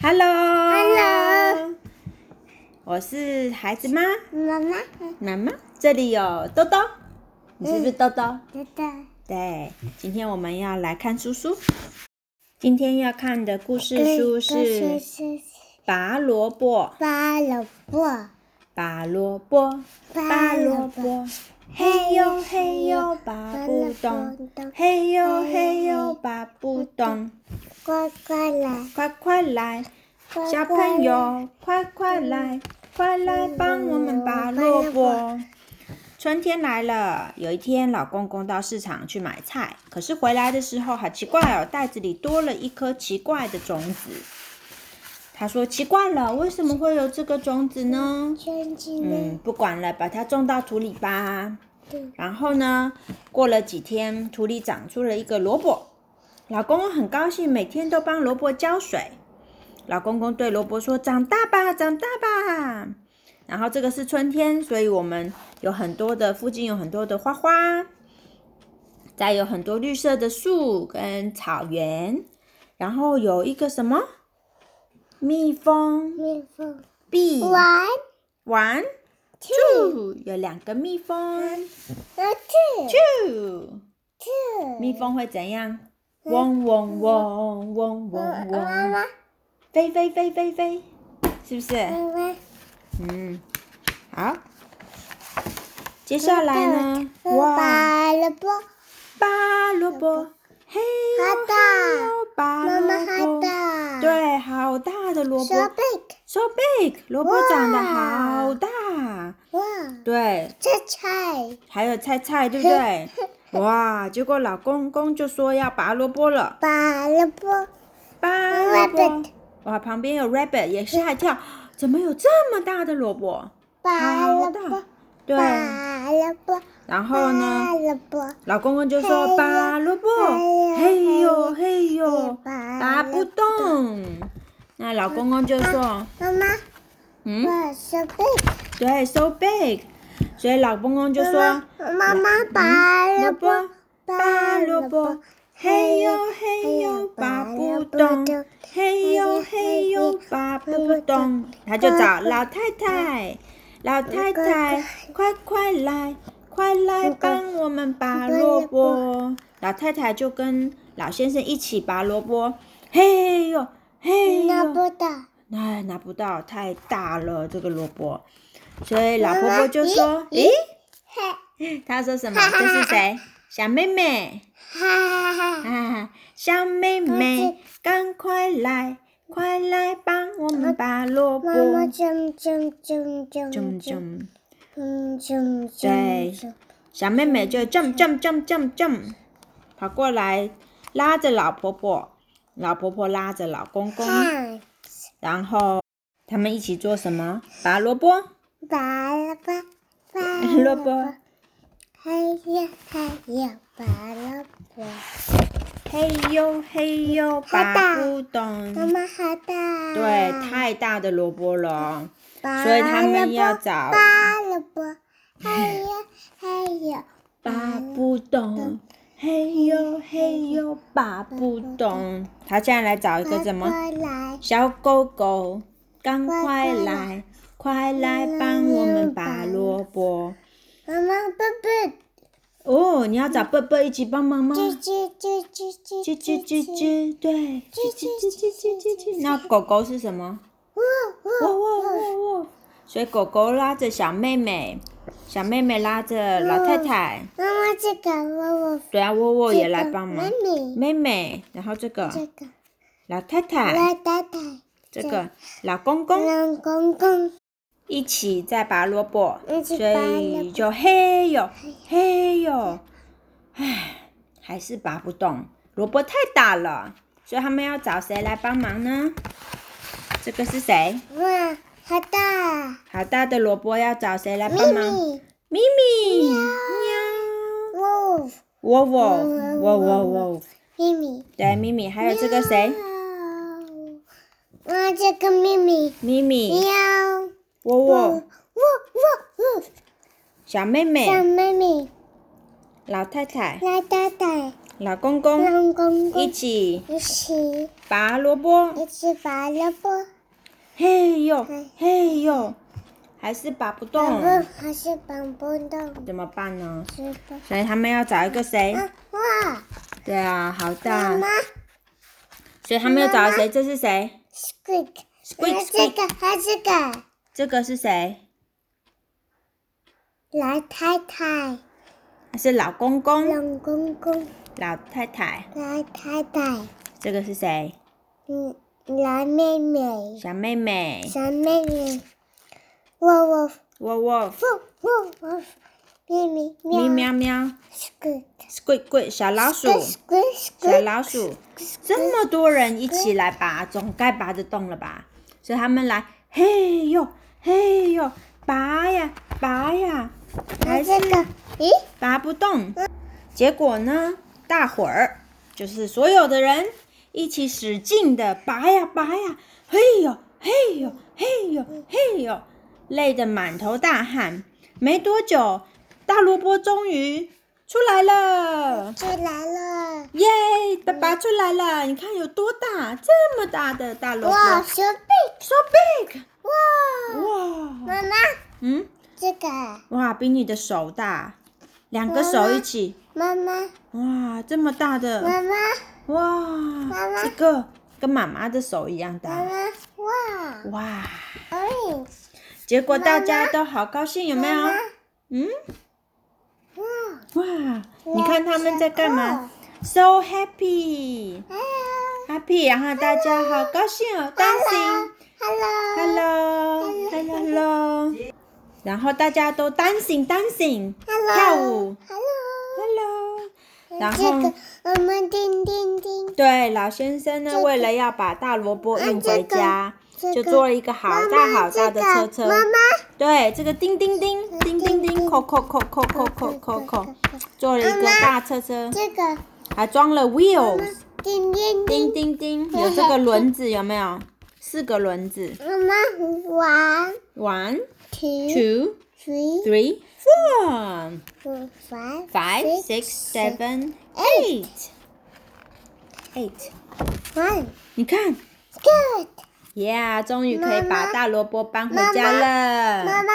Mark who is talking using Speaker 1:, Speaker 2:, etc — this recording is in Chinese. Speaker 1: Hello，Hello，
Speaker 2: Hello
Speaker 1: 我是孩子妈
Speaker 2: 妈妈，
Speaker 1: 妈妈，嗯这里有豆豆，你是不是豆豆？
Speaker 2: 等等，
Speaker 1: 对，今天我们要来看叔叔。今天要看的哎故事书是
Speaker 2: 是
Speaker 1: 《拔萝卜》，
Speaker 2: 拔萝卜，
Speaker 1: 拔萝卜，拔萝卜，嘿呦嘿呦拔不动，嘿呦嘿呦拔不动，
Speaker 2: 乖乖来，
Speaker 1: 快快来，
Speaker 2: 乖
Speaker 1: 小
Speaker 2: 乖
Speaker 1: 朋
Speaker 2: 来，
Speaker 1: 友，快快来，快来帮我们拔萝卜。春天来了，有一天，老公公到市场去买菜，可是回来的时候，好奇怪哦，袋子里多了一颗奇怪的种子。他说：“奇怪了，为什么会有这个种子呢？”
Speaker 2: 圈进来，
Speaker 1: 嗯，不管了，把它种到土里吧。
Speaker 2: 对，
Speaker 1: 然后呢，过了几天，土里长出了一个萝卜。老公公很高兴，每天都帮萝卜浇水。老公公对萝卜说：“长大吧，长大吧。”然后这个是春天，所以我们有很多的附近有很多的花花，再有很多绿色的树跟草原，然后有一个什么蜜蜂
Speaker 2: 蜜蜂
Speaker 1: ，bee
Speaker 2: ，one
Speaker 1: one
Speaker 2: two
Speaker 1: two，有两个蜜蜂
Speaker 2: two
Speaker 1: two。
Speaker 2: two，
Speaker 1: 蜜蜂会怎样？
Speaker 2: 嗯
Speaker 1: 嗡嗡嗡嗡
Speaker 2: 妈
Speaker 1: 嗡
Speaker 2: 妈
Speaker 1: 嗡，
Speaker 2: 妈
Speaker 1: 飞飞飞飞飞，是不是？
Speaker 2: 妈，
Speaker 1: 嗯，好。接下来呢？
Speaker 2: 嗯
Speaker 1: 哇，
Speaker 2: 拔萝卜，
Speaker 1: 拔萝卜，嘿
Speaker 2: 好
Speaker 1: 呦嘿
Speaker 2: 大，
Speaker 1: 呦，拔
Speaker 2: 妈妈
Speaker 1: 萝
Speaker 2: 好
Speaker 1: 卜，
Speaker 2: 大，
Speaker 1: 对，好大的萝卜
Speaker 2: s o big，
Speaker 1: ，so big，萝卜长得好大，
Speaker 2: 哇，
Speaker 1: 对，
Speaker 2: 这菜，
Speaker 1: 还有菜菜， 对不对？哇，结果老公公就说要拔萝卜了。
Speaker 2: 拔萝卜，
Speaker 1: 拔萝卜
Speaker 2: Rabbit，
Speaker 1: 哇，旁边有 rabbit 也吓一跳，怎么有这么大的萝卜？
Speaker 2: 拔
Speaker 1: 好
Speaker 2: 萝
Speaker 1: 大
Speaker 2: 卜，
Speaker 1: 对，
Speaker 2: 拔萝卜，
Speaker 1: 然后
Speaker 2: 拔
Speaker 1: 呢，
Speaker 2: 萝卜。
Speaker 1: 老公公就说
Speaker 2: 哎呀
Speaker 1: 拔萝卜
Speaker 2: 哎呀，
Speaker 1: 嘿呦嘿呦，
Speaker 2: 拔
Speaker 1: 拔哦不
Speaker 2: 萝卜
Speaker 1: 动。那老公公就说，
Speaker 2: 妈妈，
Speaker 1: 嗯，
Speaker 2: 我是贝，
Speaker 1: 对，so big，所以老公公就说嗯
Speaker 2: 妈妈拔
Speaker 1: 萝
Speaker 2: 萝
Speaker 1: 卜
Speaker 2: 卜，
Speaker 1: 拔萝卜，嘿呦嘿呦拔不动，嘿呦嘿呦拔不动。他就找老太太，老太太，快快来，快来帮我们拔萝卜。老太太就跟老先生一起拔萝卜，嘿呦嘿
Speaker 2: 拿
Speaker 1: 呦，
Speaker 2: 不到，
Speaker 1: 哎，拿不到，太大了这个萝卜。所以老婆婆就说：“
Speaker 2: 咦
Speaker 1: 咦，
Speaker 2: 嘿，
Speaker 1: 她说什么？这是谁？小妹妹。”
Speaker 2: 哈哈哈，
Speaker 1: 啊，小妹妹，赶快来，快来帮我们拔萝卜
Speaker 2: 妈。妈啾啾啾啾
Speaker 1: 啾
Speaker 2: 啾啾
Speaker 1: 啾，
Speaker 2: 啾
Speaker 1: 对
Speaker 2: 啾，
Speaker 1: 小妹妹就 jump jump jump jump jump，跑过来拉着老婆婆，老婆婆拉着老公公，
Speaker 2: 看，
Speaker 1: 然后他们一起做什么？拔萝卜，
Speaker 2: 拔萝卜，拔
Speaker 1: 萝 卜，
Speaker 2: 嘿哎呀嘿呀，拔萝
Speaker 1: 嗯
Speaker 2: 卜，
Speaker 1: 嘿呦嘿呦，
Speaker 2: 好
Speaker 1: 拔
Speaker 2: 大
Speaker 1: 不
Speaker 2: 妈
Speaker 1: 动。
Speaker 2: 妈好大，啊
Speaker 1: 对，太大的萝卜了，
Speaker 2: 拔
Speaker 1: 所以他们要
Speaker 2: 萝卜
Speaker 1: 找
Speaker 2: 拔萝卜，嘿呀嘿呀，
Speaker 1: 拔不动，嘿呦嘿呦，拔不动。好，现在来找一个怎么
Speaker 2: 快来，
Speaker 1: 小狗狗，赶快
Speaker 2: 快
Speaker 1: 来，快来帮我们拔萝卜。
Speaker 2: 妈妈笨笨，
Speaker 1: 哦，你要找贝贝一起帮忙吗？
Speaker 2: 吱吱吱吱吱
Speaker 1: 吱吱吱，吱，对，吱吱吱吱吱吱吱。那狗狗是什么？
Speaker 2: 哇
Speaker 1: 哇
Speaker 2: 哇
Speaker 1: 哇哇哇！所以狗狗拉着小妹妹，小妹妹拉着老太太。
Speaker 2: 妈妈这个哇哇，
Speaker 1: 对啊，沃沃
Speaker 2: 我
Speaker 1: 也来帮忙
Speaker 2: 妈。咪
Speaker 1: 妹妹，然后这个
Speaker 2: 这个
Speaker 1: 老太太，
Speaker 2: 老太太，
Speaker 1: 这个老公公
Speaker 2: 老公公，
Speaker 1: 一起在拔萝卜，
Speaker 2: 一
Speaker 1: 所
Speaker 2: 起拔萝
Speaker 1: 以
Speaker 2: 卜
Speaker 1: 就嘿呦嘿呦，唉，还是拔不动，萝卜太大了，所以他们要找谁来帮忙呢？这个是谁？
Speaker 2: 哇好大，
Speaker 1: 好大的萝卜要找谁来
Speaker 2: 咪
Speaker 1: 帮忙？
Speaker 2: 咪，
Speaker 1: 咪咪，喵，
Speaker 2: 哇
Speaker 1: 沃沃
Speaker 2: 嗯
Speaker 1: 沃沃沃，
Speaker 2: 咪咪，
Speaker 1: 对，咪咪，还有这个谁？
Speaker 2: 喵？哇这个咪咪
Speaker 1: 咪
Speaker 2: 嗯
Speaker 1: 咪，
Speaker 2: 喵。
Speaker 1: 沃
Speaker 2: 哇哇
Speaker 1: 沃，
Speaker 2: 哇！
Speaker 1: 小妹
Speaker 2: 小
Speaker 1: 妹，
Speaker 2: 妹妹，
Speaker 1: 老太太。
Speaker 2: 来太太，
Speaker 1: 老公公
Speaker 2: 让公
Speaker 1: 一
Speaker 2: 公
Speaker 1: 起
Speaker 2: 一起
Speaker 1: 拔萝卜，
Speaker 2: 一起拔萝卜，
Speaker 1: 嘿呦
Speaker 2: 嗯
Speaker 1: 嘿呦，还是拔不
Speaker 2: 然后
Speaker 1: 动，
Speaker 2: 还是绑不动，
Speaker 1: 怎么办呢？
Speaker 2: 是吧？
Speaker 1: 所以他们要找一个谁？
Speaker 2: 啊哇！
Speaker 1: 对啊，好
Speaker 2: 妈
Speaker 1: 大
Speaker 2: 妈。
Speaker 1: 所以他们要找谁？这是谁？
Speaker 2: ，squeak，
Speaker 1: Squeak，
Speaker 2: 还
Speaker 1: squeak
Speaker 2: 这个还这个
Speaker 1: 这个是谁？
Speaker 2: 老太太，
Speaker 1: 是老公公、
Speaker 2: 让公公
Speaker 1: 老太太。
Speaker 2: 老太太，
Speaker 1: 这个是谁？
Speaker 2: 嗯，老妹妹，
Speaker 1: 小妹妹。
Speaker 2: 小妹妹，我我
Speaker 1: 喔喔，
Speaker 2: 我我我，咪咪
Speaker 1: 喵喵
Speaker 2: 喵
Speaker 1: 喵
Speaker 2: ，squeak，
Speaker 1: ，squeak squeak，小老鼠，
Speaker 2: squeak
Speaker 1: 小
Speaker 2: squeak，
Speaker 1: 老鼠。这么多人一起来拔，总该拔得动了吧？所以他们来，嘿呦嘿呦，拔呀拔呀，
Speaker 2: 还
Speaker 1: 还
Speaker 2: 这
Speaker 1: 是
Speaker 2: 个，咦，
Speaker 1: 拔不动。结果呢，大伙儿就是所有的人一起使劲的拔呀拔呀，嘿呦嘿呦嘿呦嘿呦，累得满头大汗。没多久，大萝卜终于出来了。
Speaker 2: 出来了，
Speaker 1: 耶！爸爸出来了，你看有多大？这么大的大萝卜
Speaker 2: 嗯哇，小贝，
Speaker 1: ，so big！
Speaker 2: 哇，
Speaker 1: 哇，
Speaker 2: 妈妈，
Speaker 1: 嗯，
Speaker 2: 这个，
Speaker 1: 哇，比你的手大，两个手一起，
Speaker 2: 妈妈，
Speaker 1: 哇，这么大的，
Speaker 2: 妈妈，
Speaker 1: 哇，
Speaker 2: 妈
Speaker 1: 这个跟妈妈的手一样
Speaker 2: 妈
Speaker 1: 大，
Speaker 2: 妈，哇哎
Speaker 1: 哇！
Speaker 2: ，orange，
Speaker 1: 结果大家都好高兴，有没有
Speaker 2: 妈妈？
Speaker 1: 嗯，
Speaker 2: 哇。
Speaker 1: 哇，你看他们在干嘛？So happy，happy，然后大家好高兴哦，dancing。
Speaker 2: ？Hello，Hello，Hello，
Speaker 1: Hello, hello, hello。然后大家都 dancing dancing 跳舞
Speaker 2: ，Hello。
Speaker 1: ，hello。然
Speaker 2: 这个
Speaker 1: 后
Speaker 2: 我们叮叮叮，
Speaker 1: 对老先生
Speaker 2: 这
Speaker 1: 呢，
Speaker 2: 个
Speaker 1: 为了要把大萝卜运回家，
Speaker 2: 啊这个
Speaker 1: 就做了一个好
Speaker 2: 妈
Speaker 1: 大
Speaker 2: 妈
Speaker 1: 好大
Speaker 2: 这
Speaker 1: 的
Speaker 2: 个
Speaker 1: 车车
Speaker 2: 妈。妈，
Speaker 1: 对，这个叮叮叮叮叮叮，扣扣扣扣扣扣扣扣，做了一个大车车，
Speaker 2: 这个
Speaker 1: 还装了
Speaker 2: 妈妈
Speaker 1: wheels。
Speaker 2: 叮叮
Speaker 1: 叮
Speaker 2: 叮，
Speaker 1: 叮叮，有这个轮子有没有？四个轮子
Speaker 2: 妈妈
Speaker 1: ，one
Speaker 2: one two
Speaker 1: two
Speaker 2: three
Speaker 1: three four。
Speaker 2: four five
Speaker 1: Five, six, seven, eight, eight。
Speaker 2: one
Speaker 1: 你看
Speaker 2: good，
Speaker 1: ，Yeah，终于可以
Speaker 2: 妈
Speaker 1: 把
Speaker 2: 妈
Speaker 1: 大萝卜搬回
Speaker 2: 妈
Speaker 1: 家
Speaker 2: 妈
Speaker 1: 了。
Speaker 2: 妈妈